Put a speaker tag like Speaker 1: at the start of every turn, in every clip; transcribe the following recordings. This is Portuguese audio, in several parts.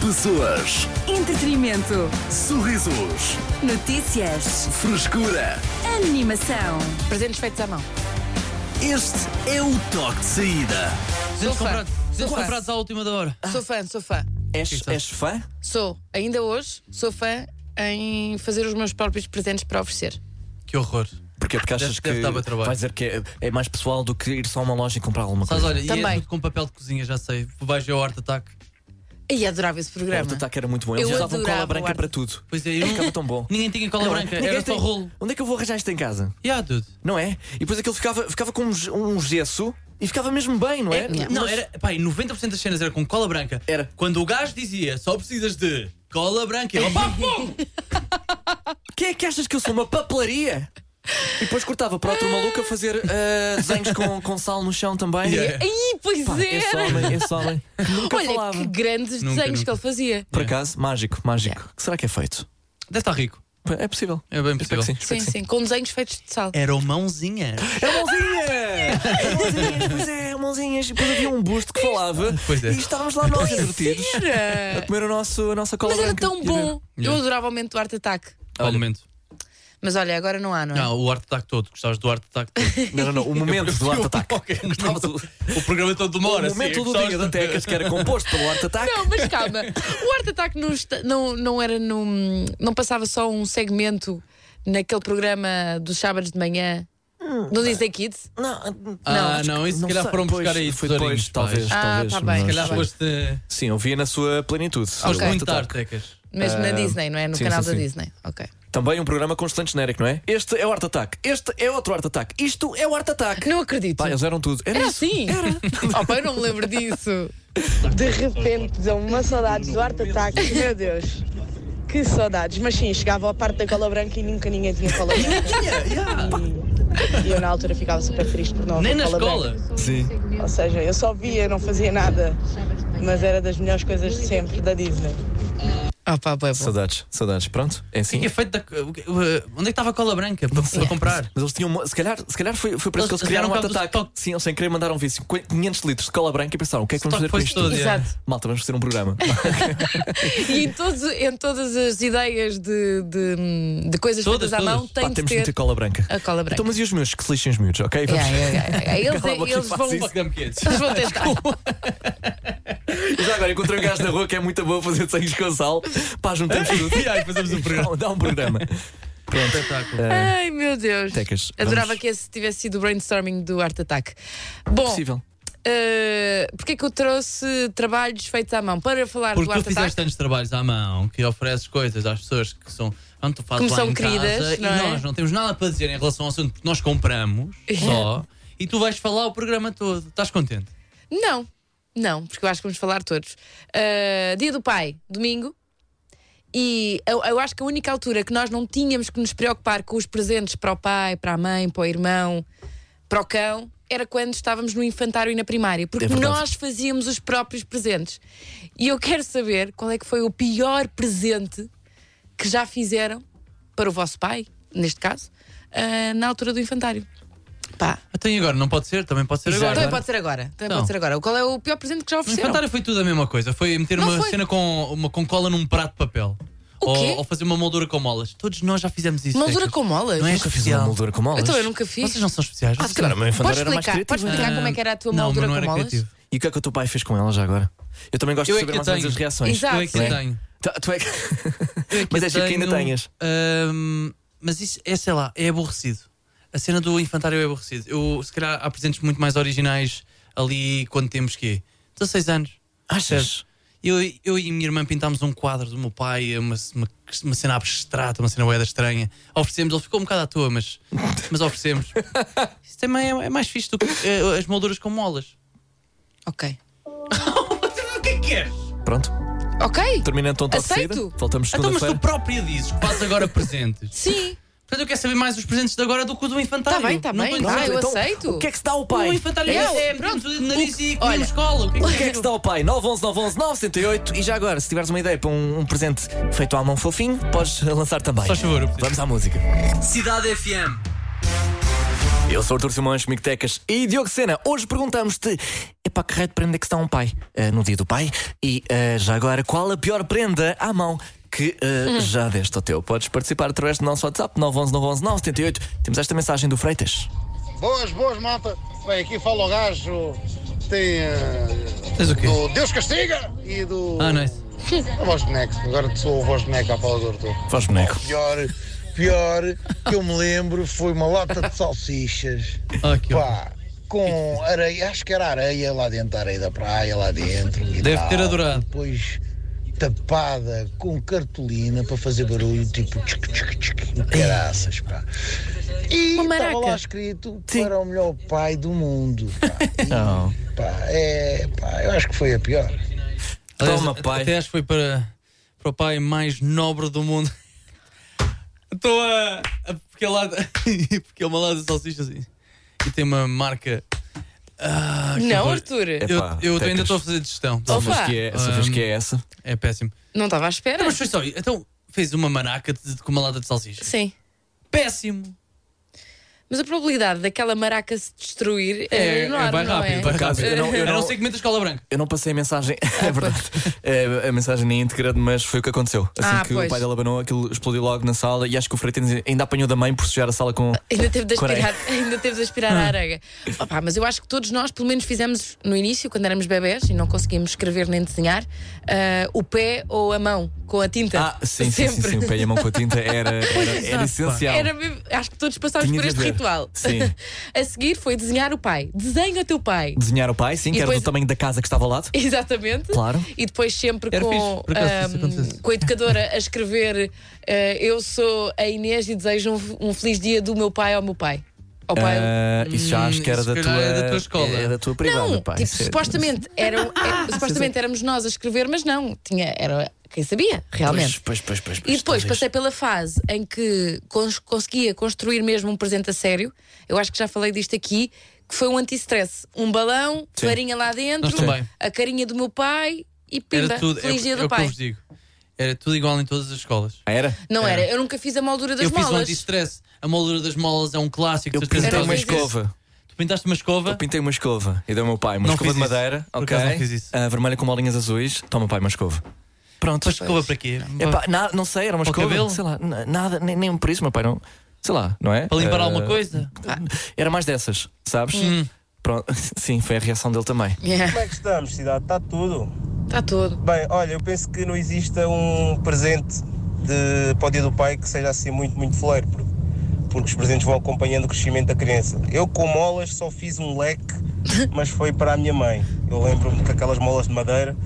Speaker 1: Pessoas,
Speaker 2: Entretenimento.
Speaker 1: sorrisos,
Speaker 2: Notícias.
Speaker 1: frescura.
Speaker 2: Animação.
Speaker 3: Presentes feitos à mão.
Speaker 1: Este é o toque de saída.
Speaker 3: Sou
Speaker 4: Presentes
Speaker 3: fã.
Speaker 4: comprados, presentes
Speaker 3: Sou
Speaker 4: comprados
Speaker 3: fã.
Speaker 4: à última da hora.
Speaker 3: Sou fã, sou fã.
Speaker 1: És, és fã?
Speaker 3: Sou, ainda hoje, sou fã em fazer os meus próprios presentes para oferecer.
Speaker 4: Que horror.
Speaker 1: Porque é porque achas
Speaker 4: Deve- deve
Speaker 1: que
Speaker 4: dar bué trabalho.
Speaker 1: vai dizer que é, é mais pessoal do que ir só a uma loja e comprar alguma
Speaker 4: Sabes,
Speaker 1: coisa.
Speaker 4: olha, e é
Speaker 3: Também.
Speaker 4: tudo com papel de cozinha, já sei. Vais ver o Art Attack.
Speaker 3: E adorava esse
Speaker 1: O
Speaker 3: programa.
Speaker 1: ataque tá era muito bom. Eles
Speaker 3: Eu
Speaker 1: usavam
Speaker 3: adorava
Speaker 1: cola
Speaker 3: o
Speaker 1: branca
Speaker 3: Arte.
Speaker 1: para tudo.
Speaker 4: Pois é,
Speaker 1: E
Speaker 4: eu
Speaker 1: ficava tão bom.
Speaker 4: Ninguém tinha cola branca,
Speaker 1: Ninguém
Speaker 4: era só
Speaker 1: tem-
Speaker 4: rolo.
Speaker 1: Onde é que eu vou arranjar isto em casa?
Speaker 4: Yeah, dude.
Speaker 1: Não é? E depois aquilo ficava, ficava com um, ge- um gesso e ficava mesmo bem, não é?
Speaker 3: É,
Speaker 4: Não,
Speaker 1: Mas-
Speaker 4: era, pá, e 90% das cenas era com cola branca.
Speaker 1: Era. É
Speaker 4: Quando o gajo dizia só precisas de cola branca, eu, pá, fogo!
Speaker 1: Quem é que achas que eu sou uma papelaria? E depois cortava para outro maluco a fazer ah, desenhos com, com sal no chão também.
Speaker 4: Yeah.
Speaker 3: Ih, pois
Speaker 1: Pá,
Speaker 3: é!
Speaker 1: esse homem, esse homem que nunca
Speaker 3: Olha,
Speaker 1: falava.
Speaker 3: que grandes
Speaker 4: Nunca,
Speaker 3: desenhos que
Speaker 4: nunca.
Speaker 3: ele fazia.
Speaker 1: Por acaso, mágico, mágico. O que será que é feito?
Speaker 4: Deve estar rico.
Speaker 1: É possível.
Speaker 4: É bem possível.
Speaker 1: Espero que sim. espero
Speaker 3: Sim,
Speaker 1: que
Speaker 3: sim, com desenhos feitos de sal.
Speaker 4: Era o mãozinha.
Speaker 1: É mãozinhas! É mãozinhas, pois é, mãozinhas. E depois havia um busto que falava
Speaker 4: Pois é.
Speaker 1: e estávamos lá nós entretidos a
Speaker 3: Era.
Speaker 1: comer o nosso, a nossa cola
Speaker 3: Mas era
Speaker 1: branca.
Speaker 3: tão
Speaker 1: E a ver.
Speaker 3: bom. Eu adorava o momento do Art Attack.
Speaker 4: Qual momento?
Speaker 3: Mas olha, agora não há, não é?
Speaker 4: Não, o Art Attack todo. Gostavas do Art Attack todo.
Speaker 1: Não, não, não. O momento do Art Attack.
Speaker 4: Ok,
Speaker 1: Gostava do-
Speaker 4: O programa todo demora. assim,
Speaker 1: o momento do
Speaker 4: gostavas
Speaker 1: Diga da Tecas, que era composto pelo Art Attack.
Speaker 3: Não, mas calma. O Art Attack não, esta- não, não era num. Não passava só um segmento naquele programa dos sábados de manhã. Não dizem Kids?
Speaker 1: Não,
Speaker 4: Ah,
Speaker 1: acho
Speaker 4: não,
Speaker 1: que-
Speaker 4: isso se calhar
Speaker 1: sei.
Speaker 4: foram
Speaker 1: Pois,
Speaker 4: buscar aí
Speaker 1: Foi
Speaker 4: tesourinhos,
Speaker 1: depois, talvez.
Speaker 4: pá. é
Speaker 3: Ah,
Speaker 1: talvez,
Speaker 3: tá bem.
Speaker 4: Se
Speaker 1: mas-
Speaker 4: calhar Ah, Então
Speaker 3: Mas-
Speaker 4: foste.
Speaker 1: Sim, eu via na sua plenitude.
Speaker 4: Foste
Speaker 1: O Art
Speaker 4: muito tarde,
Speaker 1: Attack.
Speaker 4: Tecas.
Speaker 3: Mesmo na Disney, não é? No
Speaker 1: Ah, sim,
Speaker 3: canal
Speaker 1: sim,
Speaker 3: da
Speaker 1: sim.
Speaker 3: Disney. Ok.
Speaker 4: tá.
Speaker 1: Também um programa constante genérico, não é? Este é o Art Attack. Este é outro Art Attack. Isto é o Art Attack.
Speaker 3: Não acredito.
Speaker 1: Pá, eles eram tudo. Era
Speaker 3: Era
Speaker 1: isso.
Speaker 3: assim? Era. Opa, eu não me lembro disso.
Speaker 5: De repente deu uma saudades do Art Attack, meu Deus. Que saudades. Mas sim, chegava à parte da cola branca e nunca ninguém tinha cola branca. E eu na altura ficava super triste por não
Speaker 4: Nem
Speaker 5: haver
Speaker 4: na
Speaker 5: cola
Speaker 4: escola.
Speaker 5: branca.
Speaker 1: Sim.
Speaker 5: Ou seja, eu só via, não fazia nada. Mas era das melhores coisas de sempre da Disney.
Speaker 3: Opa, bem bom.
Speaker 1: Saudades, saudades. Pronto, é
Speaker 4: O que é
Speaker 1: assim.
Speaker 4: que é feito da. o que- o- Onde é que estava a cola branca para, para comprar?
Speaker 1: Mas eles tinham. uma- Se calhar, se calhar foi, foi para isso que
Speaker 4: Eles-
Speaker 1: eles criaram o
Speaker 4: eles
Speaker 1: Art
Speaker 4: eram cá do
Speaker 1: Attack. Sim, eles sem querer mandaram um vício. 500 litros de cola branca e pensaram: o que é que vamos
Speaker 4: Stock
Speaker 1: fazer com
Speaker 4: foi
Speaker 1: isto?
Speaker 4: todo, yeah.
Speaker 3: Exato.
Speaker 1: Malta, vamos fazer um programa.
Speaker 3: E em, todos, em todas as ideias de, de, de coisas
Speaker 4: Todas,
Speaker 3: feitas à mão,
Speaker 4: todas.
Speaker 3: tem
Speaker 1: Pá,
Speaker 3: de
Speaker 1: temos de
Speaker 3: ter
Speaker 1: ter cola branca.
Speaker 3: a cola branca.
Speaker 1: Então, mas e os meus? Que se lixem os miúdos, ok? Vamos-
Speaker 3: Yeah, yeah, yeah, yeah.
Speaker 1: Cala a boca
Speaker 3: Eles,
Speaker 1: e
Speaker 3: eles
Speaker 1: faz
Speaker 3: vão,
Speaker 1: isso.
Speaker 4: Fuck them kids.
Speaker 3: eles vão testar.
Speaker 1: Já agora encontrei um gajo na rua que é muito boa a fazer desenhos com sal. Pá, juntamos tudo.
Speaker 4: E aí fazemos um programa.
Speaker 1: Dá- Dá um programa. Pronto.
Speaker 4: Espetáculo.
Speaker 1: Eh,
Speaker 3: Ai, meu Deus.
Speaker 1: Tecas, vamos-
Speaker 3: Adorava que esse tivesse sido o brainstorming do Art Attack. Bom,
Speaker 1: Possível.
Speaker 3: eh, porque é que eu trouxe trabalhos feitos à mão? Para falar do
Speaker 4: Porque tu
Speaker 3: Art Attack.
Speaker 4: fizeste tantos trabalhos à mão que ofereces coisas às pessoas que são. Onde tu fazes
Speaker 3: Como
Speaker 4: lá
Speaker 3: são
Speaker 4: em
Speaker 3: queridas,
Speaker 4: casa,
Speaker 3: não
Speaker 4: e
Speaker 3: é?
Speaker 4: nós não temos nada para dizer em relação ao assunto porque nós compramos só e tu vais falar o programa todo. Estás contente?
Speaker 3: Não, não, porque eu acho que vamos falar todos. Uh, dia do Pai, domingo. E eu, eu acho que a única altura que nós não tínhamos que nos preocupar com os presentes para o pai, para a mãe, para o irmão, para o cão, era quando estávamos no infantário e na primária, porque
Speaker 1: É verdade.
Speaker 3: nós fazíamos os próprios presentes. E eu quero saber qual é que foi o pior presente que já fizeram para o vosso pai, neste caso, uh, na altura do infantário. Pá,
Speaker 4: Até agora não pode ser, também pode ser
Speaker 1: Exato.
Speaker 4: agora.
Speaker 3: também pode ser Então agora. Também
Speaker 4: Então.
Speaker 3: pode ser agora. Qual é o pior presente que já
Speaker 4: No
Speaker 3: ofereceram?
Speaker 4: infantário foi tudo a mesma coisa. Foi meter
Speaker 3: Não
Speaker 4: uma
Speaker 3: foi.
Speaker 4: cena com, uma, com cola num prato de papel.
Speaker 3: O quê?
Speaker 4: Ou, ou fazer uma moldura com molas. Todos nós já fizemos isso.
Speaker 3: Moldura
Speaker 4: Tecas.
Speaker 3: com molas?
Speaker 4: Não é
Speaker 1: Nunca fiz uma
Speaker 4: especial.
Speaker 1: moldura com molas.
Speaker 3: Então eu nunca fiz.
Speaker 4: Vocês não são especiais.
Speaker 1: Ah, se calhar, mas
Speaker 3: Podes
Speaker 1: infantário era mais
Speaker 3: explicar,
Speaker 1: criativo.
Speaker 3: podes
Speaker 1: não é?
Speaker 3: explicar como é que era a tua
Speaker 4: Não,
Speaker 3: moldura
Speaker 4: mas não
Speaker 3: com
Speaker 4: era
Speaker 3: molas?
Speaker 4: criativo.
Speaker 1: E o que é que o teu pai fez com ela já agora? Eu também gosto
Speaker 4: Eu
Speaker 1: de
Speaker 4: é
Speaker 1: saber
Speaker 4: que
Speaker 1: mais ou menos
Speaker 4: tenho.
Speaker 1: as reações.
Speaker 3: Exato.
Speaker 4: Eu é que
Speaker 1: Sim.
Speaker 4: tenho.
Speaker 1: Tá- tu é que- Mas é giro que ainda
Speaker 4: tenho,
Speaker 1: tenhas.
Speaker 4: ahm, mas isso é, sei lá, é aborrecido. A cena do infantário é aborrecido. Eu, se calhar há presentes muito mais originais ali quando temos quê? 16 anos.
Speaker 1: Achas?
Speaker 4: Eu, eu e a minha irmã pintámos um quadro do meu pai, uma, uma, uma cena abstrata, uma cena boeda estranha. Oferecemos, ele ficou um bocado à toa, mas, mas oferecemos. Isso também é, é mais fixe do que eh, as molduras com molas.
Speaker 3: Ok.
Speaker 4: O que é que queres?
Speaker 1: Pronto.
Speaker 3: Ok?
Speaker 1: Termina então o toque de
Speaker 3: Aceito.
Speaker 1: saída. Voltamos
Speaker 4: Então, mas tu
Speaker 1: segunda-feira.
Speaker 4: própria dizes que fazes agora presentes.
Speaker 3: Sim.
Speaker 4: Portanto, eu quero saber mais os presentes de agora do que o do infantário.
Speaker 3: Está bem, está
Speaker 4: Não
Speaker 3: bem.
Speaker 4: estou a
Speaker 3: Ah,
Speaker 4: dizer-
Speaker 3: eu
Speaker 1: Então,
Speaker 3: aceito.
Speaker 1: O que é que se dá ao
Speaker 4: O
Speaker 1: pai?
Speaker 4: infantário
Speaker 3: Eu,
Speaker 4: é, é
Speaker 3: pronto.
Speaker 4: pronto, nariz e
Speaker 3: olha.
Speaker 4: comemos cola. O que é
Speaker 1: O
Speaker 4: que
Speaker 1: que é que se dá ao pai? 911 911 908 E já agora, se tiveres uma ideia para um, um presente feito à mão fofinho, podes lançar também.
Speaker 4: Faz favor, eu preciso.
Speaker 1: Vamos à música.
Speaker 4: Cidade FM.
Speaker 1: Eu sou Artur Simões, comigo Tecas e Diogo Sena. Hoje perguntamos-te: epá, que raio de prenda é que se dá a um pai eh, no dia do pai? E eh, já agora, qual a pior prenda à mão que eh, já deste ao teu? Podes participar através do nosso WhatsApp 911 911 978. Temos esta mensagem do Freitas.
Speaker 6: Boas, boas, malta. Bem, aqui fala o gajo. Tem. eh,
Speaker 4: Tens o quê?
Speaker 6: do Deus Castiga e do.
Speaker 4: Ah, nice.
Speaker 6: A voz de Neco. Agora sou a voz de Neco à fala do Arthur.
Speaker 1: Faz boneco.
Speaker 6: Pior, pior que eu me lembro foi uma lata de salsichas.
Speaker 4: Ah, que
Speaker 6: Pá, com areia, acho que era areia lá dentro, areia da praia lá dentro. e
Speaker 4: Deve
Speaker 6: tal.
Speaker 4: ter adorado.
Speaker 6: Depois tapada com cartolina para fazer barulho, tipo tchic, tchic, tchic, caraças, pá. E
Speaker 3: Uma
Speaker 6: estava
Speaker 3: maraca.
Speaker 6: lá escrito para o melhor pai do mundo. Pá.
Speaker 1: Oh.
Speaker 6: E, pá, é, pá, eu acho que foi a pior.
Speaker 4: Aliás,
Speaker 1: Toma, pai.
Speaker 4: Até acho que foi para, para o pai mais nobre do mundo. Estou a. a porque, é lá, porque é uma lata de salsichas e, e tem uma marca. Ah, que
Speaker 3: Não,
Speaker 4: horror.
Speaker 3: Arthur.
Speaker 4: Eu,
Speaker 1: Epá,
Speaker 4: eu
Speaker 1: Tecas.
Speaker 4: ainda estou a fazer digestão.
Speaker 3: Opa.
Speaker 1: Sabes que é, sabes que é essa?
Speaker 4: É péssimo.
Speaker 3: Não estava à espera.
Speaker 4: Mas foi só. Então fez uma maraca de- de- com uma lata de salsichas.
Speaker 3: Sim.
Speaker 4: Péssimo.
Speaker 3: Mas a probabilidade daquela maraca se destruir é,
Speaker 4: É,
Speaker 3: enorme,
Speaker 4: vai
Speaker 3: não
Speaker 4: rápido.
Speaker 3: é?
Speaker 4: Vai
Speaker 1: acaso,
Speaker 4: rápido.
Speaker 1: eu não- eu
Speaker 4: A não
Speaker 1: não-
Speaker 4: ser que metas cola branca.
Speaker 1: Eu não passei a mensagem,
Speaker 3: Ah,
Speaker 1: é verdade, é, a mensagem nem íntegra, mas foi o que aconteceu. Assim
Speaker 3: Ah,
Speaker 1: que
Speaker 3: pois.
Speaker 1: o pai dela abanou, aquilo explodiu logo na sala e acho que o Freitas ainda apanhou da mãe por sujar a sala com.
Speaker 3: Ah, Ainda teve de
Speaker 1: com areia.
Speaker 3: aspirar, ainda teve de aspirar a areia. Opa, mas eu acho que todos nós, pelo menos, fizemos no início, quando éramos bebés e não conseguíamos escrever nem desenhar, ah, o pé ou a mão com a tinta.
Speaker 1: Ah, sim, sim, sim,
Speaker 3: Sempre.
Speaker 1: sim, o pé e a mão com a tinta era, era, era
Speaker 4: exato,
Speaker 1: essencial.
Speaker 3: Era mesmo- acho que todos passámos
Speaker 1: Tinha
Speaker 3: por
Speaker 1: de
Speaker 3: este
Speaker 1: haver.
Speaker 3: ritual.
Speaker 1: Sim.
Speaker 3: a seguir foi desenhar o pai. Desenha o teu pai.
Speaker 1: Desenhar o pai, sim, que era
Speaker 3: depois-
Speaker 1: do tamanho da casa que estava ao lado.
Speaker 3: Exatamente.
Speaker 1: Claro.
Speaker 3: E depois sempre
Speaker 4: Era
Speaker 3: com,
Speaker 4: fixe, por acaso, se isso
Speaker 3: ahm,
Speaker 4: acontecesse.
Speaker 3: com a educadora a escrever eh, Eu sou a Inês e desejo um, um feliz dia do meu pai ao meu pai. Ao pai.
Speaker 1: Ah, isso já acho
Speaker 4: Hum,
Speaker 1: que era
Speaker 4: isso
Speaker 1: da
Speaker 4: se
Speaker 1: tua,
Speaker 4: calhar é da tua escola.
Speaker 1: É, da tua privada,
Speaker 3: não,
Speaker 1: pá.
Speaker 3: tipo,
Speaker 1: isso é-
Speaker 3: supostamente, eram, é- supostamente éramos nós a escrever, mas não. Tinha, era quem sabia,
Speaker 1: Pois,
Speaker 3: realmente.
Speaker 1: pois, pois, pois,
Speaker 3: E
Speaker 1: pois,
Speaker 3: depois
Speaker 1: talvez.
Speaker 3: passei pela fase em que cons- conseguia construir mesmo um presente a sério. Eu acho que já falei disto aqui, que foi um anti-stress. Um balão,
Speaker 1: Sim.
Speaker 3: farinha lá dentro,
Speaker 4: Nós também.
Speaker 3: a carinha do meu pai e pimba,
Speaker 4: Era tudo. É,
Speaker 3: feliz dia
Speaker 4: é
Speaker 3: do
Speaker 4: o que eu
Speaker 3: pai.
Speaker 4: vos digo. Era tudo igual em todas as escolas.
Speaker 1: Ah, era?
Speaker 3: Não era, eu nunca fiz a moldura das
Speaker 4: É. eu fiz um
Speaker 3: molas.
Speaker 4: anti-stress. A moldura das molas é um clássico.
Speaker 1: Eu
Speaker 4: de certeza
Speaker 1: pintei
Speaker 3: não
Speaker 1: uma
Speaker 4: que
Speaker 3: fiz
Speaker 4: alguém fez.
Speaker 1: escova.
Speaker 4: Tu pintaste uma
Speaker 1: Eu
Speaker 4: escova.
Speaker 1: pintei uma escova e dei ao meu pai. Uma
Speaker 4: Não
Speaker 1: escova
Speaker 4: fiz
Speaker 1: de
Speaker 4: isso.
Speaker 1: madeira,
Speaker 4: Por
Speaker 1: ok.
Speaker 4: acaso não fiz isso.
Speaker 1: Ah, vermelha com bolinhas azuis. Toma, pai, uma escova. Pronto.
Speaker 4: Uma escova para quê?
Speaker 1: Epá, na- não sei, era uma
Speaker 4: Para o
Speaker 1: escova.
Speaker 4: cabelo?
Speaker 1: Sei lá, n- nada, nem, nem um por isso, meu pai. Não, sei lá, não é?
Speaker 4: Para limpar
Speaker 1: Ah,
Speaker 4: alguma coisa? Hum.
Speaker 1: Era mais dessas, sabes? Pronto, sim, foi a reação dele também.
Speaker 3: Yeah. Tá
Speaker 7: Como é que estamos, cidade? Está tudo?
Speaker 3: Está tudo.
Speaker 7: Bem, olha, eu penso que não exista um presente de, para o dia do pai que seja assim muito, muito fleiro, porque, porque os presentes vão acompanhando o crescimento da criança. Eu com molas só fiz um leque, mas foi para a minha mãe. Eu lembro-me que aquelas molas de madeira,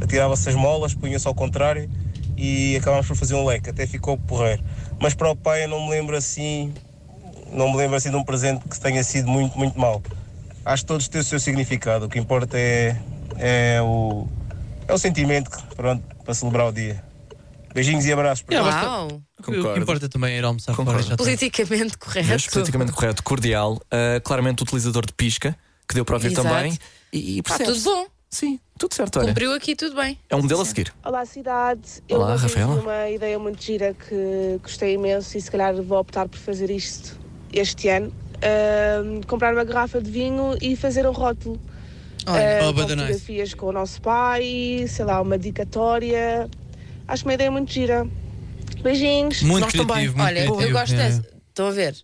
Speaker 7: atirava-se as molas, punha-se ao contrário e acabámos por fazer um leque, até ficou porreiro. Mas para o pai eu não me lembro assim, não me lembro assim de um presente que tenha sido muito, muito mau. Acho que todos têm o seu significado. O que importa é, é, o, é o sentimento que- pronto, para celebrar o dia. Beijinhos e abraços. para todos.
Speaker 4: tá-
Speaker 3: Uau!
Speaker 4: O que importa é também é ir almoçar
Speaker 1: Concordo.
Speaker 4: fora. e já está.
Speaker 3: Politicamente
Speaker 1: Vês?
Speaker 3: correto.
Speaker 1: Politicamente correto, cordial, ah, claramente utilizador de pisca, que deu para ouvir
Speaker 3: Exato.
Speaker 1: também. E, e
Speaker 3: Está Tá tudo
Speaker 1: percebes?
Speaker 3: bom.
Speaker 4: É.
Speaker 1: Sim, tudo certo, olha.
Speaker 3: Cumpriu aqui tudo bem.
Speaker 1: É um modelo a seguir.
Speaker 8: Olá, cidade. Eu
Speaker 1: Olá,
Speaker 8: uma vez vi
Speaker 1: Rafaela.
Speaker 8: uma ideia muito gira que gostei imenso e se calhar vou optar por fazer isto este ano. Ahm, comprar uma garrafa de vinho e fazer um rótulo.
Speaker 3: Olha,
Speaker 8: Ahm,
Speaker 4: oh,
Speaker 8: com
Speaker 4: bada nice.
Speaker 8: fotografias com o nosso pai, sei lá, uma dicatória. Acho uma ideia muito gira. Beijinhos.
Speaker 4: Muito
Speaker 1: Nós também.
Speaker 4: criativo, muito
Speaker 3: olha,
Speaker 4: criativo.
Speaker 3: eu gosto
Speaker 4: é.
Speaker 3: dessa. Estão a ver?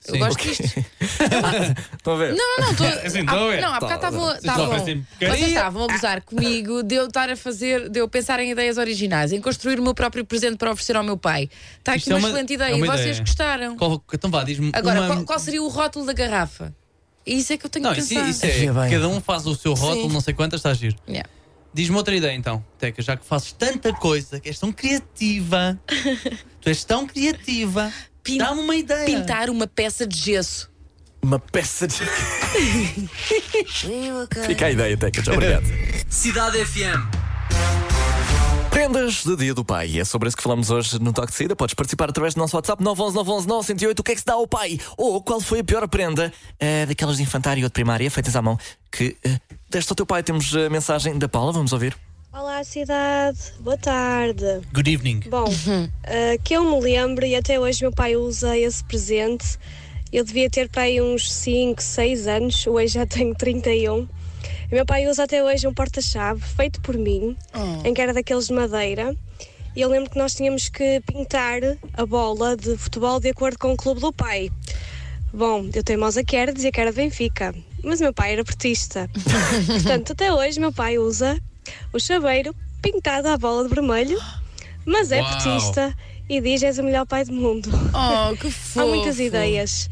Speaker 4: Sim.
Speaker 3: Eu gosto disto.
Speaker 1: Estão a ver?
Speaker 3: Não, não, não. Tô...
Speaker 4: assim,
Speaker 3: há-
Speaker 4: estão a ver?
Speaker 3: Não, há bocado
Speaker 1: Tá,
Speaker 3: estavam.
Speaker 4: estão a
Speaker 3: estavam-
Speaker 4: ver, sim.
Speaker 3: Vocês estavam a abusar comigo de eu estar a fazer, de eu pensar em ideias originais, em construir o meu próprio presente para oferecer ao meu pai. Está aqui
Speaker 4: Isto é
Speaker 3: uma,
Speaker 4: uma-
Speaker 3: excelente
Speaker 4: é
Speaker 3: ideia
Speaker 4: uma
Speaker 3: e vocês
Speaker 4: ideia.
Speaker 3: gostaram.
Speaker 4: Qual- Então vá, diz-me.
Speaker 3: Agora,
Speaker 4: uma-
Speaker 3: qual, qual seria o rótulo da garrafa? Isso é que eu tenho
Speaker 4: Não,
Speaker 3: que
Speaker 4: isso,
Speaker 3: pensar.
Speaker 4: isso
Speaker 1: Havia
Speaker 4: é.
Speaker 1: bem.
Speaker 4: Cada um faz o seu rótulo,
Speaker 3: Sim.
Speaker 4: não sei quantas, está a giro.
Speaker 3: Yeah.
Speaker 4: Diz-me outra ideia então, Teca, já que fazes tanta coisa, que és tão criativa. tu és tão criativa.
Speaker 3: Pin-
Speaker 4: é- Dá-me uma ideia.
Speaker 3: Pintar uma peça de gesso.
Speaker 1: Uma peça de. Fica a ideia, Tecas. Obrigado.
Speaker 9: Cidade FM.
Speaker 1: Prendas de Dia do Pai. É sobre isso que falamos hoje no Toque de Saída. Podes participar através do nosso WhatsApp 911-911-908. O que é que se dá ao pai? Ou qual foi a pior prenda eh, daquelas de infantário ou de primária feitas à mão que eh, deste ao teu pai? Temos a mensagem da Paula. Vamos ouvir.
Speaker 10: Olá, cidade. Boa tarde.
Speaker 4: Good evening.
Speaker 10: Bom, ah, que eu me lembro, e até hoje meu pai usa esse presente, Eu devia ter para aí uns 5, 6 anos, hoje já tenho 31. O meu pai usa até hoje um porta-chave feito por mim, em que era daqueles de madeira. E eu lembro que nós tínhamos que pintar a bola de futebol de acordo com o clube do pai. Bom, eu teimosa que era, dizia que era de Benfica, mas meu pai era portista. Portanto, até hoje meu pai usa o chaveiro pintado à bola de vermelho, mas é
Speaker 4: Uau.
Speaker 10: portista e diz és o melhor pai do mundo.
Speaker 3: Oh, que fofo.
Speaker 10: Há muitas ideias.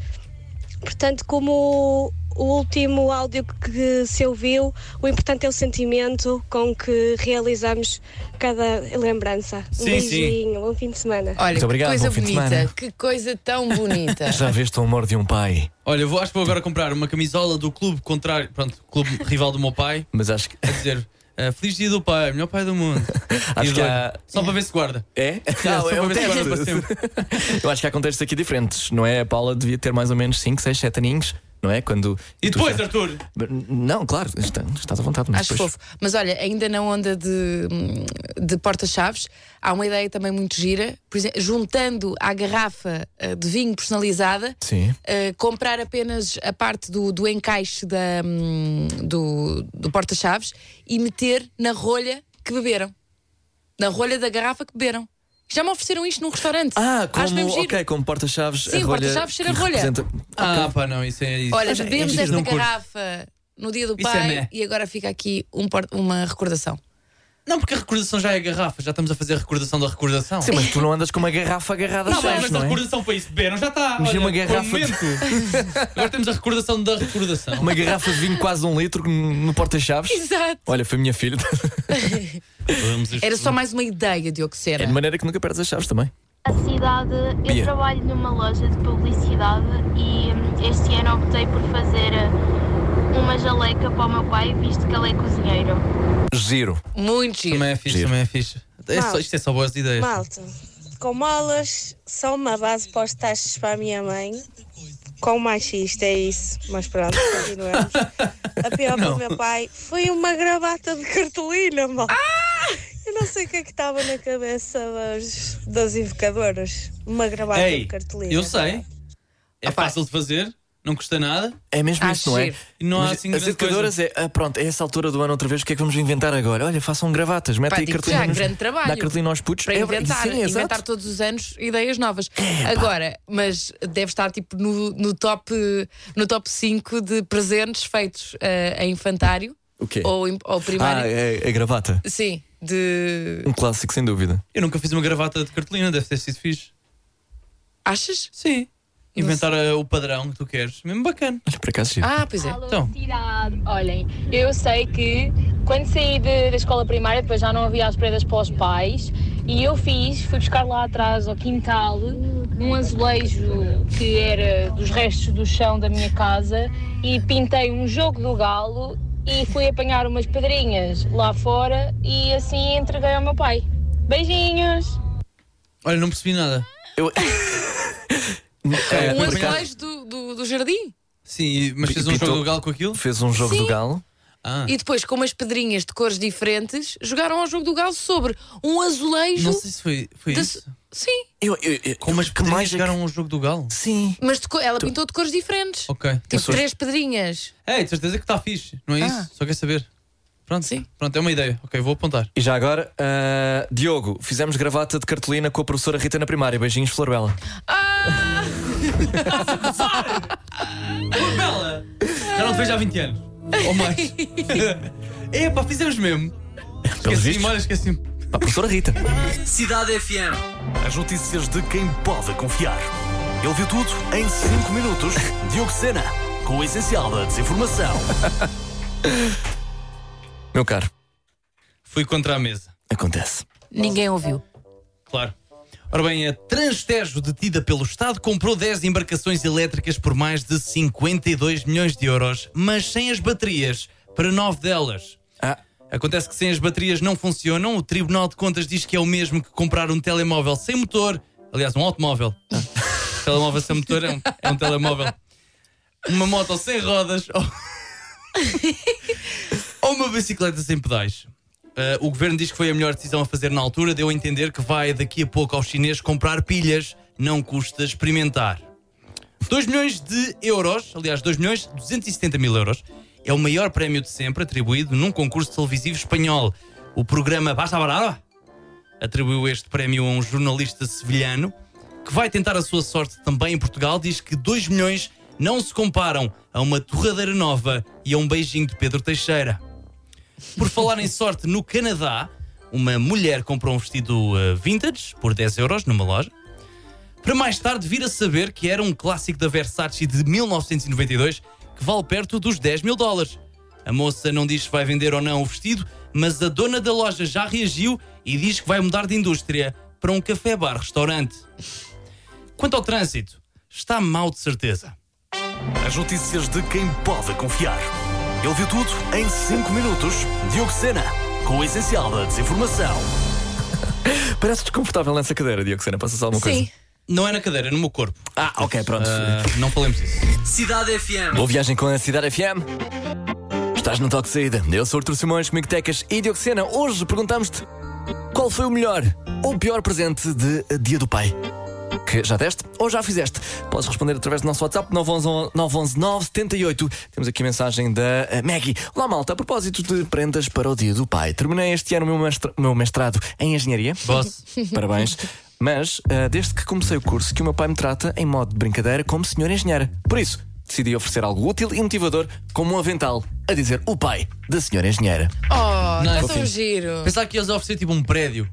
Speaker 10: Portanto, como o último áudio que se ouviu, o importante é o sentimento com que realizamos cada lembrança. Um
Speaker 4: Sim, sim.
Speaker 10: beijinho, bom fim de semana.
Speaker 3: Olha,
Speaker 1: Muito obrigado,
Speaker 3: que coisa
Speaker 1: bom fim de
Speaker 3: bonita.
Speaker 1: semana.
Speaker 3: Que coisa tão bonita.
Speaker 1: Já veste o amor de um pai,
Speaker 4: Olha, eu vou, acho que vou agora comprar uma camisola do clube contrário, pronto, clube rival do meu pai,
Speaker 1: mas acho que.
Speaker 4: a dizer eh, Feliz dia do pai, melhor pai do mundo.
Speaker 1: Acho
Speaker 4: E
Speaker 1: que
Speaker 4: dou-
Speaker 1: há-
Speaker 4: Só para ver se guarda.
Speaker 1: É?
Speaker 4: Yeah,
Speaker 1: Não,
Speaker 4: só
Speaker 1: é
Speaker 4: para
Speaker 1: um
Speaker 4: ver se guarda para
Speaker 1: teste.
Speaker 4: sempre.
Speaker 1: Eu acho que há contextos aqui diferentes, não é? A Paula devia ter mais ou menos 5, 6, 7 aninhos, não é? Quando.
Speaker 4: E
Speaker 1: tu
Speaker 4: depois,
Speaker 1: já-
Speaker 4: Arthur?
Speaker 1: Não, claro, está- estás à vontade, mas
Speaker 3: Acho
Speaker 1: depois.
Speaker 3: fofo. Mas olha, ainda na onda de, hum, de porta-chaves, há uma ideia também muito gira. Por exemplo, juntando à garrafa eh, de vinho personalizada,
Speaker 1: Sim.
Speaker 3: eh, comprar apenas a parte do, do encaixe da, hum, do, do porta-chaves e meter na rolha que beberam. Na rolha da garrafa que beberam. Já me ofereceram isto num restaurante.
Speaker 1: Ah,
Speaker 3: Acho mesmo
Speaker 1: como,
Speaker 3: giro.
Speaker 1: ok, como porta-chaves.
Speaker 3: Sim,
Speaker 1: a rolha
Speaker 3: porta-chaves cheira
Speaker 1: que
Speaker 3: a rolha.
Speaker 1: representa-
Speaker 4: Ah, pá, não, isso é isso.
Speaker 3: Olha,
Speaker 4: é,
Speaker 3: bebemos
Speaker 4: isso
Speaker 3: esta
Speaker 4: não curto.
Speaker 3: garrafa no dia do
Speaker 4: Isso é
Speaker 3: pai
Speaker 4: meh.
Speaker 3: e agora fica aqui um por- uma recordação.
Speaker 4: Não, porque a recordação já é garrafa, já estamos a fazer a recordação da recordação.
Speaker 1: Sim, mas tu não andas com uma garrafa agarrada
Speaker 4: Não,
Speaker 1: aos
Speaker 4: mas
Speaker 1: chaves,
Speaker 4: a
Speaker 1: não é?
Speaker 4: recordação para isso beberam já está.
Speaker 1: Mas
Speaker 4: olha,
Speaker 1: uma
Speaker 4: foi um
Speaker 1: garrafa de-
Speaker 4: momento. Agora temos a recordação da recordação.
Speaker 1: Uma garrafa de vinho quase um litro no porta-chaves.
Speaker 3: Exato.
Speaker 1: Olha, foi minha filha.
Speaker 4: Vamos a isto.
Speaker 3: Era só mais uma ideia de Oxera.
Speaker 1: É de maneira que nunca perdes as chaves também.
Speaker 9: A cidade, eu
Speaker 1: Bia.
Speaker 9: trabalho numa loja de publicidade e hum, este ano optei por fazer uh, uma jaleca para o meu pai, visto que ele é cozinheiro.
Speaker 1: Giro.
Speaker 3: Muito giro.
Speaker 4: Também é fixe,
Speaker 1: Giro.
Speaker 4: também é fixe. É só-
Speaker 8: Mal.
Speaker 4: isto é só boas ideias.
Speaker 8: Malta, com molas, só uma base para os tachos para a minha mãe. Com machista, é isso. Mas pronto, continuamos. A pior para o meu pai foi uma gravata de cartolina, malta. Eu não sei o que é que estava na cabeça das, das invocadoras. Uma gravata de
Speaker 4: Ei,
Speaker 8: cartolina.
Speaker 4: eu sei. É fácil de fazer, não custa nada.
Speaker 1: É mesmo
Speaker 3: Acho
Speaker 1: isso, não é?
Speaker 3: giro.
Speaker 4: E não há
Speaker 1: Mas
Speaker 4: assim
Speaker 1: as
Speaker 4: grande
Speaker 1: educadoras é, ah, pronto, é essa altura do ano outra vez, o que é que vamos inventar agora? Olha, façam gravatas, metem
Speaker 3: Pá,
Speaker 1: aí
Speaker 3: digo
Speaker 1: cartolina.
Speaker 3: já,
Speaker 1: nos-
Speaker 3: grande trabalho.
Speaker 1: Dá cartolina aos putos.
Speaker 3: Para
Speaker 1: É,
Speaker 3: inventar,
Speaker 1: sim, exato. É,
Speaker 3: inventar todos os anos ideias novas. Agora, mas deve estar tipo no, no top no top 5 de presentes feitos eh, em infantário
Speaker 1: O quê?
Speaker 3: ou, em- ou
Speaker 1: Ah,
Speaker 3: primário.
Speaker 1: é, é gravata.
Speaker 3: Sim, de.
Speaker 1: Um clássico, sem dúvida.
Speaker 4: Eu nunca fiz uma gravata de cartolina, deve ter sido fixe.
Speaker 3: Achas?
Speaker 4: Sim. Inventar uh, o padrão que tu queres. Mesmo bacana.
Speaker 1: Olha, por acaso, giro.
Speaker 3: Ah, pois é.
Speaker 4: Então.
Speaker 9: cidade. Olhem, eu sei que quando saí de- da escola primária, depois já não havia as prendas para os pais, e eu fiz, fui buscar lá atrás ao quintal, num azulejo que era dos restos do chão da minha casa, e pintei um jogo do galo e fui apanhar umas pedrinhas lá fora e assim entreguei ao meu pai. Beijinhos!
Speaker 4: Olha, não percebi nada.
Speaker 1: É,
Speaker 3: um
Speaker 1: por acaso,
Speaker 3: azulejo do, do, do jardim.
Speaker 4: Sim, mas
Speaker 1: Pi-
Speaker 4: fez um
Speaker 1: pitou.
Speaker 4: jogo do galo com aquilo?
Speaker 1: Fez um jogo do galo.
Speaker 4: Ah.
Speaker 3: E depois, com umas pedrinhas de cores diferentes, jogaram ao jogo do galo sobre um azulejo.
Speaker 4: Não sei se foi, foi
Speaker 3: da-
Speaker 4: isso.
Speaker 3: Sim,
Speaker 1: Eu, eu, eu,
Speaker 4: Como as
Speaker 1: que
Speaker 4: pedrinhas
Speaker 1: mais é que-
Speaker 4: chegaram ao jogo do galo?
Speaker 1: Sim.
Speaker 3: mas de co- ela pintou de cores diferentes.
Speaker 4: Ok.
Speaker 3: Tipo três pedrinhas.
Speaker 4: Ei, de certeza que está fixe, não é
Speaker 3: Ah.
Speaker 4: isso? Só quer saber. Pronto,
Speaker 3: Sim.
Speaker 4: Pronto, é uma ideia. Ok, vou apontar.
Speaker 1: E já agora, ah, Diogo, fizemos gravata de cartolina com a professora Rita na primária. Beijinhos, Florbela.
Speaker 3: Ah!
Speaker 4: Bela! Já não te vejo há 20 anos. Ou mais. é, pá, fizemos mesmo. Esqueci-me,
Speaker 1: vistos.
Speaker 4: olha, esqueci-me.
Speaker 1: Para a professora Rita.
Speaker 11: Cidade FM. As notícias de quem pode confiar. Ele viu tudo em 5 minutos. Diogo Sena, com o essencial da desinformação.
Speaker 1: Meu caro,
Speaker 4: Fui contra a mesa.
Speaker 1: acontece.
Speaker 3: Ninguém ouviu.
Speaker 4: Claro. Ora bem, a Transtejo, detida pelo Estado, comprou 10 embarcações elétricas por mais de 52 milhões de euros, mas sem as baterias, para 9 delas.
Speaker 1: Ah,
Speaker 4: Acontece que sem as baterias não funcionam, o Tribunal de Contas diz que é o mesmo que comprar um telemóvel sem motor, aliás, um automóvel. telemóvel sem motor é um, é um telemóvel. Uma moto sem rodas ou, ou uma bicicleta sem pedais. Ah, o governo diz que foi a melhor decisão a fazer na altura, deu a entender que vai daqui a pouco aos chineses comprar pilhas, não custa experimentar. 2 milhões de euros, aliás, 2 milhões 270 mil euros, é o maior prémio de sempre atribuído num concurso televisivo espanhol. O programa Basta Barada atribuiu este prémio a um jornalista sevilhano que vai tentar a sua sorte também em Portugal. Diz que 2 milhões não se comparam a uma torradeira nova e a um beijinho de Pedro Teixeira. Por falar em sorte, no Canadá, uma mulher comprou um vestido eh, vintage por 10 euros numa loja para mais tarde vir a saber que era um clássico da Versace de 1992 que vale perto dos 10 mil dólares. A moça não diz se vai vender ou não o vestido, mas a dona da loja já reagiu e diz que vai mudar de indústria para um café-bar-restaurante. Quanto ao trânsito, está mal de certeza.
Speaker 11: As notícias de quem pode confiar. Ele viu tudo em 5 minutos. Diogo Sena, com o essencial da desinformação.
Speaker 1: Parece desconfortável nessa cadeira, Diogo Sena. Passa-se alguma coisa?
Speaker 4: Não é na cadeira, é no meu corpo.
Speaker 1: Ah, ok, pronto.
Speaker 4: não falemos disso.
Speaker 11: Cidade FM.
Speaker 1: Boa viagem com a Cidade FM. Estás no Toque de Saída. Eu sou Artur Simões, comigo Tecas e Diocena. Hoje perguntamos-te qual foi o melhor ou pior presente de Dia do Pai. Que já deste ou já fizeste? Podes responder através do nosso WhatsApp 911 911 978. Temos aqui a mensagem da eh, Maggie. Olá, malta. A propósito de prendas para o Dia do Pai, terminei este ano o meu, mestra- o meu mestrado em Engenharia.
Speaker 4: Boss.
Speaker 1: Parabéns. Mas, ah, desde que comecei o curso, que o meu pai me trata, em modo de brincadeira, como senhor engenheira. Por isso, decidi oferecer algo útil e motivador, como um avental, a dizer o pai da senhora engenheira.
Speaker 3: Oh,
Speaker 4: Não,
Speaker 3: não,
Speaker 4: é
Speaker 3: é
Speaker 4: fofinho.
Speaker 3: tão giro.
Speaker 4: Pensar que eles oferecer tipo um prédio.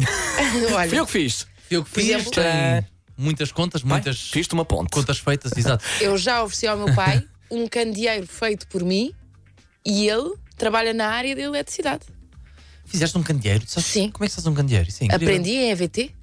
Speaker 1: Fui
Speaker 3: Olha,
Speaker 1: eu que fiz.
Speaker 4: Eu que fiz,
Speaker 3: exemplo,
Speaker 4: tem muitas contas, muitas
Speaker 1: Fiz-te uma ponte.
Speaker 4: contas feitas, exato.
Speaker 3: eu já ofereci ao meu pai um candeeiro feito por mim e ele trabalha na área de eletricidade.
Speaker 4: Fizeste um candeeiro? Tu sabes
Speaker 3: Sim.
Speaker 4: Como é que fazes um candeeiro? Isso é incrível.
Speaker 3: Aprendi em EVT.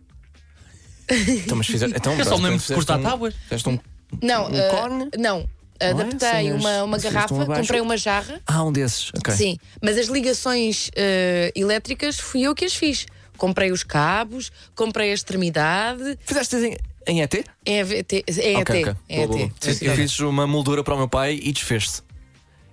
Speaker 1: Então, mas fizer, então,
Speaker 4: Eu só me lembro de
Speaker 1: fizeste
Speaker 4: cortar
Speaker 1: um-
Speaker 4: tábuas.
Speaker 1: Fizeste um.
Speaker 3: Não,
Speaker 1: Um
Speaker 3: ah,
Speaker 1: cone?
Speaker 3: não.
Speaker 1: é?
Speaker 3: Adaptei
Speaker 1: Sim,
Speaker 3: uma, uma
Speaker 1: mas fizeste
Speaker 3: garrafa,
Speaker 1: um abaixo.
Speaker 3: comprei uma jarra.
Speaker 1: Ah, um desses. Ok.
Speaker 3: Sim, mas as ligações ah, elétricas fui eu que as fiz. Comprei os cabos, comprei a extremidade, é
Speaker 1: Fizeste em, em ET?
Speaker 3: em EVT. Em
Speaker 1: Ok,
Speaker 3: ET,
Speaker 1: ok.
Speaker 3: em
Speaker 1: Boa, boa.
Speaker 3: ET.
Speaker 1: Sim, Eu fiz uma moldura para o meu pai e desfez-se.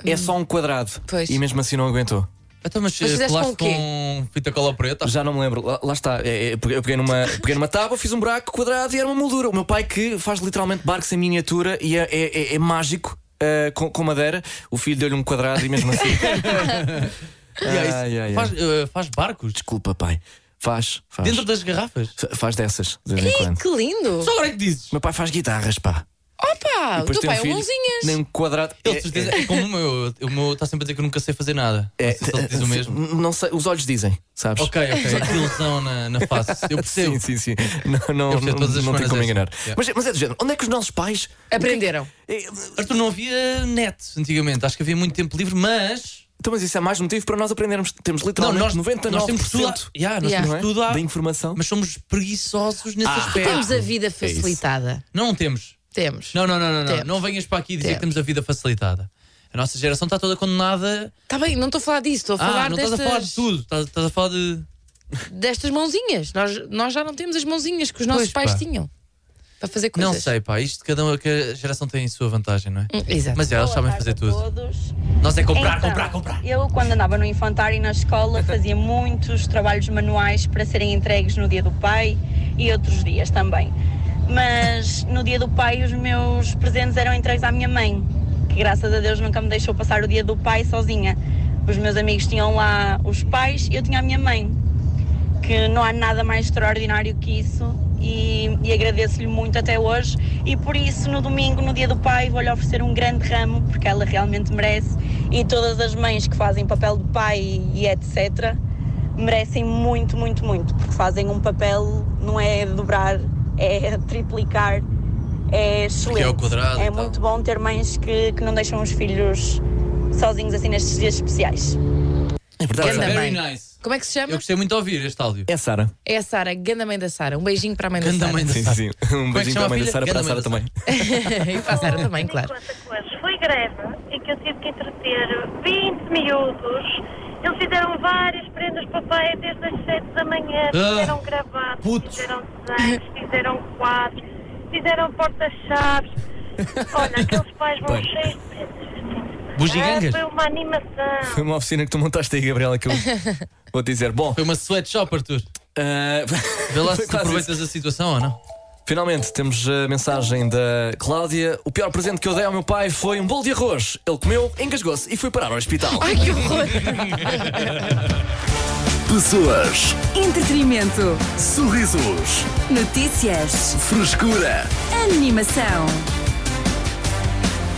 Speaker 1: É só um quadrado.
Speaker 3: Pois.
Speaker 1: E mesmo assim não aguentou.
Speaker 4: Então, mas,
Speaker 3: Mas
Speaker 4: eh,
Speaker 3: fizeste
Speaker 4: colaste
Speaker 3: com o quê?
Speaker 4: com fita cola preta?
Speaker 1: Já não me lembro, lá, lá está. É, é, porque Eu peguei numa, peguei numa tábua, fiz um buraco quadrado e era uma moldura. O meu pai que faz literalmente barcos em miniatura e é, é- é- é mágico ah, com, com madeira. O filho deu-lhe um quadrado e mesmo assim.
Speaker 4: Yeah, isso.
Speaker 1: Ai, ai, ai.
Speaker 4: Faz, eh, faz barcos
Speaker 1: Desculpa, pai. Faz, faz.
Speaker 4: dentro das garrafas?
Speaker 1: Fa- Faz dessas, de vez em quando.
Speaker 3: Que lindo!
Speaker 4: Só agora é que dizes.
Speaker 1: Meu pai faz guitarras, pá.
Speaker 3: Opa! O
Speaker 1: Depois
Speaker 3: teu
Speaker 1: tem
Speaker 3: pai
Speaker 1: um
Speaker 3: é
Speaker 1: filho,
Speaker 3: mãozinhas!
Speaker 1: Nem um quadrado.
Speaker 4: Ele
Speaker 1: É-
Speaker 4: de certeza é como o meu. O meu está sempre a dizer que eu nunca sei fazer nada.
Speaker 1: é-
Speaker 4: não sei se ele diz o
Speaker 1: é-
Speaker 4: mesmo.
Speaker 1: Não sei, os olhos dizem, sabes?
Speaker 4: Ok, ok. Aquilo são na, na face. Eu percebo.
Speaker 1: Sim, sim, sim. Não, não,
Speaker 4: Eu percebo todas as
Speaker 1: não, não tem
Speaker 4: semanas
Speaker 1: como
Speaker 4: essa.
Speaker 1: enganar.
Speaker 4: Yeah.
Speaker 1: Mas, mas é do género, onde é que os nossos pais.
Speaker 4: um-
Speaker 3: Aprenderam.
Speaker 1: É,
Speaker 4: Arthur, não havia net antigamente. Acho que havia muito tempo livre, mas.
Speaker 1: Então, mas isso é mais motivo para nós aprendermos. Temos literalmente
Speaker 4: nós-
Speaker 1: 99%
Speaker 4: nós temos tudo à- Yeah, nós
Speaker 3: Yeah.
Speaker 4: temos tudo à-
Speaker 1: da é? informação.
Speaker 4: Mas somos preguiçosos nesse
Speaker 1: Ah,
Speaker 4: aspecto.
Speaker 3: Temos a
Speaker 4: É
Speaker 3: vida facilitada.
Speaker 4: Não temos.
Speaker 3: Temos.
Speaker 4: Não, não, não, não, não.
Speaker 3: Temos.
Speaker 4: Não venhas para aqui dizer que
Speaker 3: Temos.
Speaker 4: temos a vida facilitada. A nossa geração está toda condenada.
Speaker 3: Está Tá bem, não estou a falar disso, estou a falar
Speaker 4: ah, não
Speaker 3: destas,
Speaker 4: estás a falar de tudo. Estás, estás a falar de.
Speaker 3: destas mãozinhas. Nós, nós já não temos as mãozinhas que os nossos
Speaker 4: Pois,
Speaker 3: pais
Speaker 4: pá.
Speaker 3: tinham para fazer coisas.
Speaker 4: Não sei, pá. Isto cada um, cada geração tem a sua vantagem, não é?
Speaker 3: Hum, Exato.
Speaker 4: Mas elas
Speaker 12: Boa
Speaker 4: sabem
Speaker 12: tarde
Speaker 4: fazer
Speaker 12: a
Speaker 4: tudo.
Speaker 12: todos.
Speaker 4: Nós é comprar,
Speaker 12: Então,
Speaker 4: comprar, comprar.
Speaker 12: Eu, quando andava no infantário e na escola, fazia muitos trabalhos manuais para serem entregues no dia do pai e outros dias também. Mas no dia do pai, os meus presentes eram entregues à minha mãe, que graças a Deus nunca me deixou passar o dia do pai sozinha. Os meus amigos tinham lá os pais e eu tinha a minha mãe, que não há nada mais extraordinário que isso. E, e agradeço-lhe muito até hoje. E por isso, no domingo, no dia do pai, vou-lhe oferecer um grande ramo, porque ela realmente merece. E todas as mães que fazem papel de pai e etc., merecem muito, muito, muito, porque fazem um papel, não é dobrar, é triplicar. É excelente.
Speaker 4: ao quadrado e
Speaker 12: é
Speaker 4: tal.
Speaker 12: muito bom ter mães que, que não deixam os filhos sozinhos assim nestes dias especiais.
Speaker 1: É verdade.
Speaker 3: Ganda
Speaker 1: Sara.
Speaker 4: Very
Speaker 3: mãe.
Speaker 4: nice.
Speaker 3: Como é que se
Speaker 4: Eu
Speaker 3: chama?
Speaker 4: gostei muito de ouvir este áudio.
Speaker 1: É Sara.
Speaker 3: É a Sara, ganda mãe da Sara. Um beijinho para a mãe da
Speaker 4: Ganda
Speaker 3: Sara.
Speaker 4: mãe da-
Speaker 1: Sim,
Speaker 4: Sara.
Speaker 1: sim. Um
Speaker 4: Como é que
Speaker 1: beijinho
Speaker 4: chama a
Speaker 1: para a mãe da
Speaker 4: filha?
Speaker 1: Sara, para a
Speaker 4: Grande
Speaker 1: Sara
Speaker 4: mãe
Speaker 1: também.
Speaker 3: e para a Sara também, claro.
Speaker 12: Enquanto a Coelhos foi greve e que eu tive que entreter 20 miúdos, eles fizeram várias prendas para o pai desde as 7 da manhã.
Speaker 4: Ah,
Speaker 12: É, Fizeram gravatas,
Speaker 4: putos.
Speaker 12: fizeram desenhos, fizeram quadros, fizeram porta-chaves. Olha, aqueles pais vão
Speaker 1: Bem.
Speaker 12: cheios de presentes.
Speaker 9: É,
Speaker 12: Ah,
Speaker 4: Bugigangas?
Speaker 12: foi uma animação.
Speaker 1: Foi uma oficina que tu montaste aí, Gabriela, que eu vou dizer. Bom,
Speaker 4: Foi uma sweatshop, Arthur.
Speaker 1: ah,
Speaker 4: Vê lá
Speaker 1: foi
Speaker 4: se
Speaker 1: quase
Speaker 4: aproveitas a situação ou não.
Speaker 1: isso. Finalmente temos a mensagem da Cláudia. O pior presente que eu dei ao meu pai foi um bolo de arroz. Ele comeu, engasgou-se e foi parar ao hospital.
Speaker 2: Ai, que horror!
Speaker 11: Pessoas,
Speaker 2: Entretenimento.
Speaker 11: sorrisos,
Speaker 2: Notícias.
Speaker 11: frescura.
Speaker 2: Animação.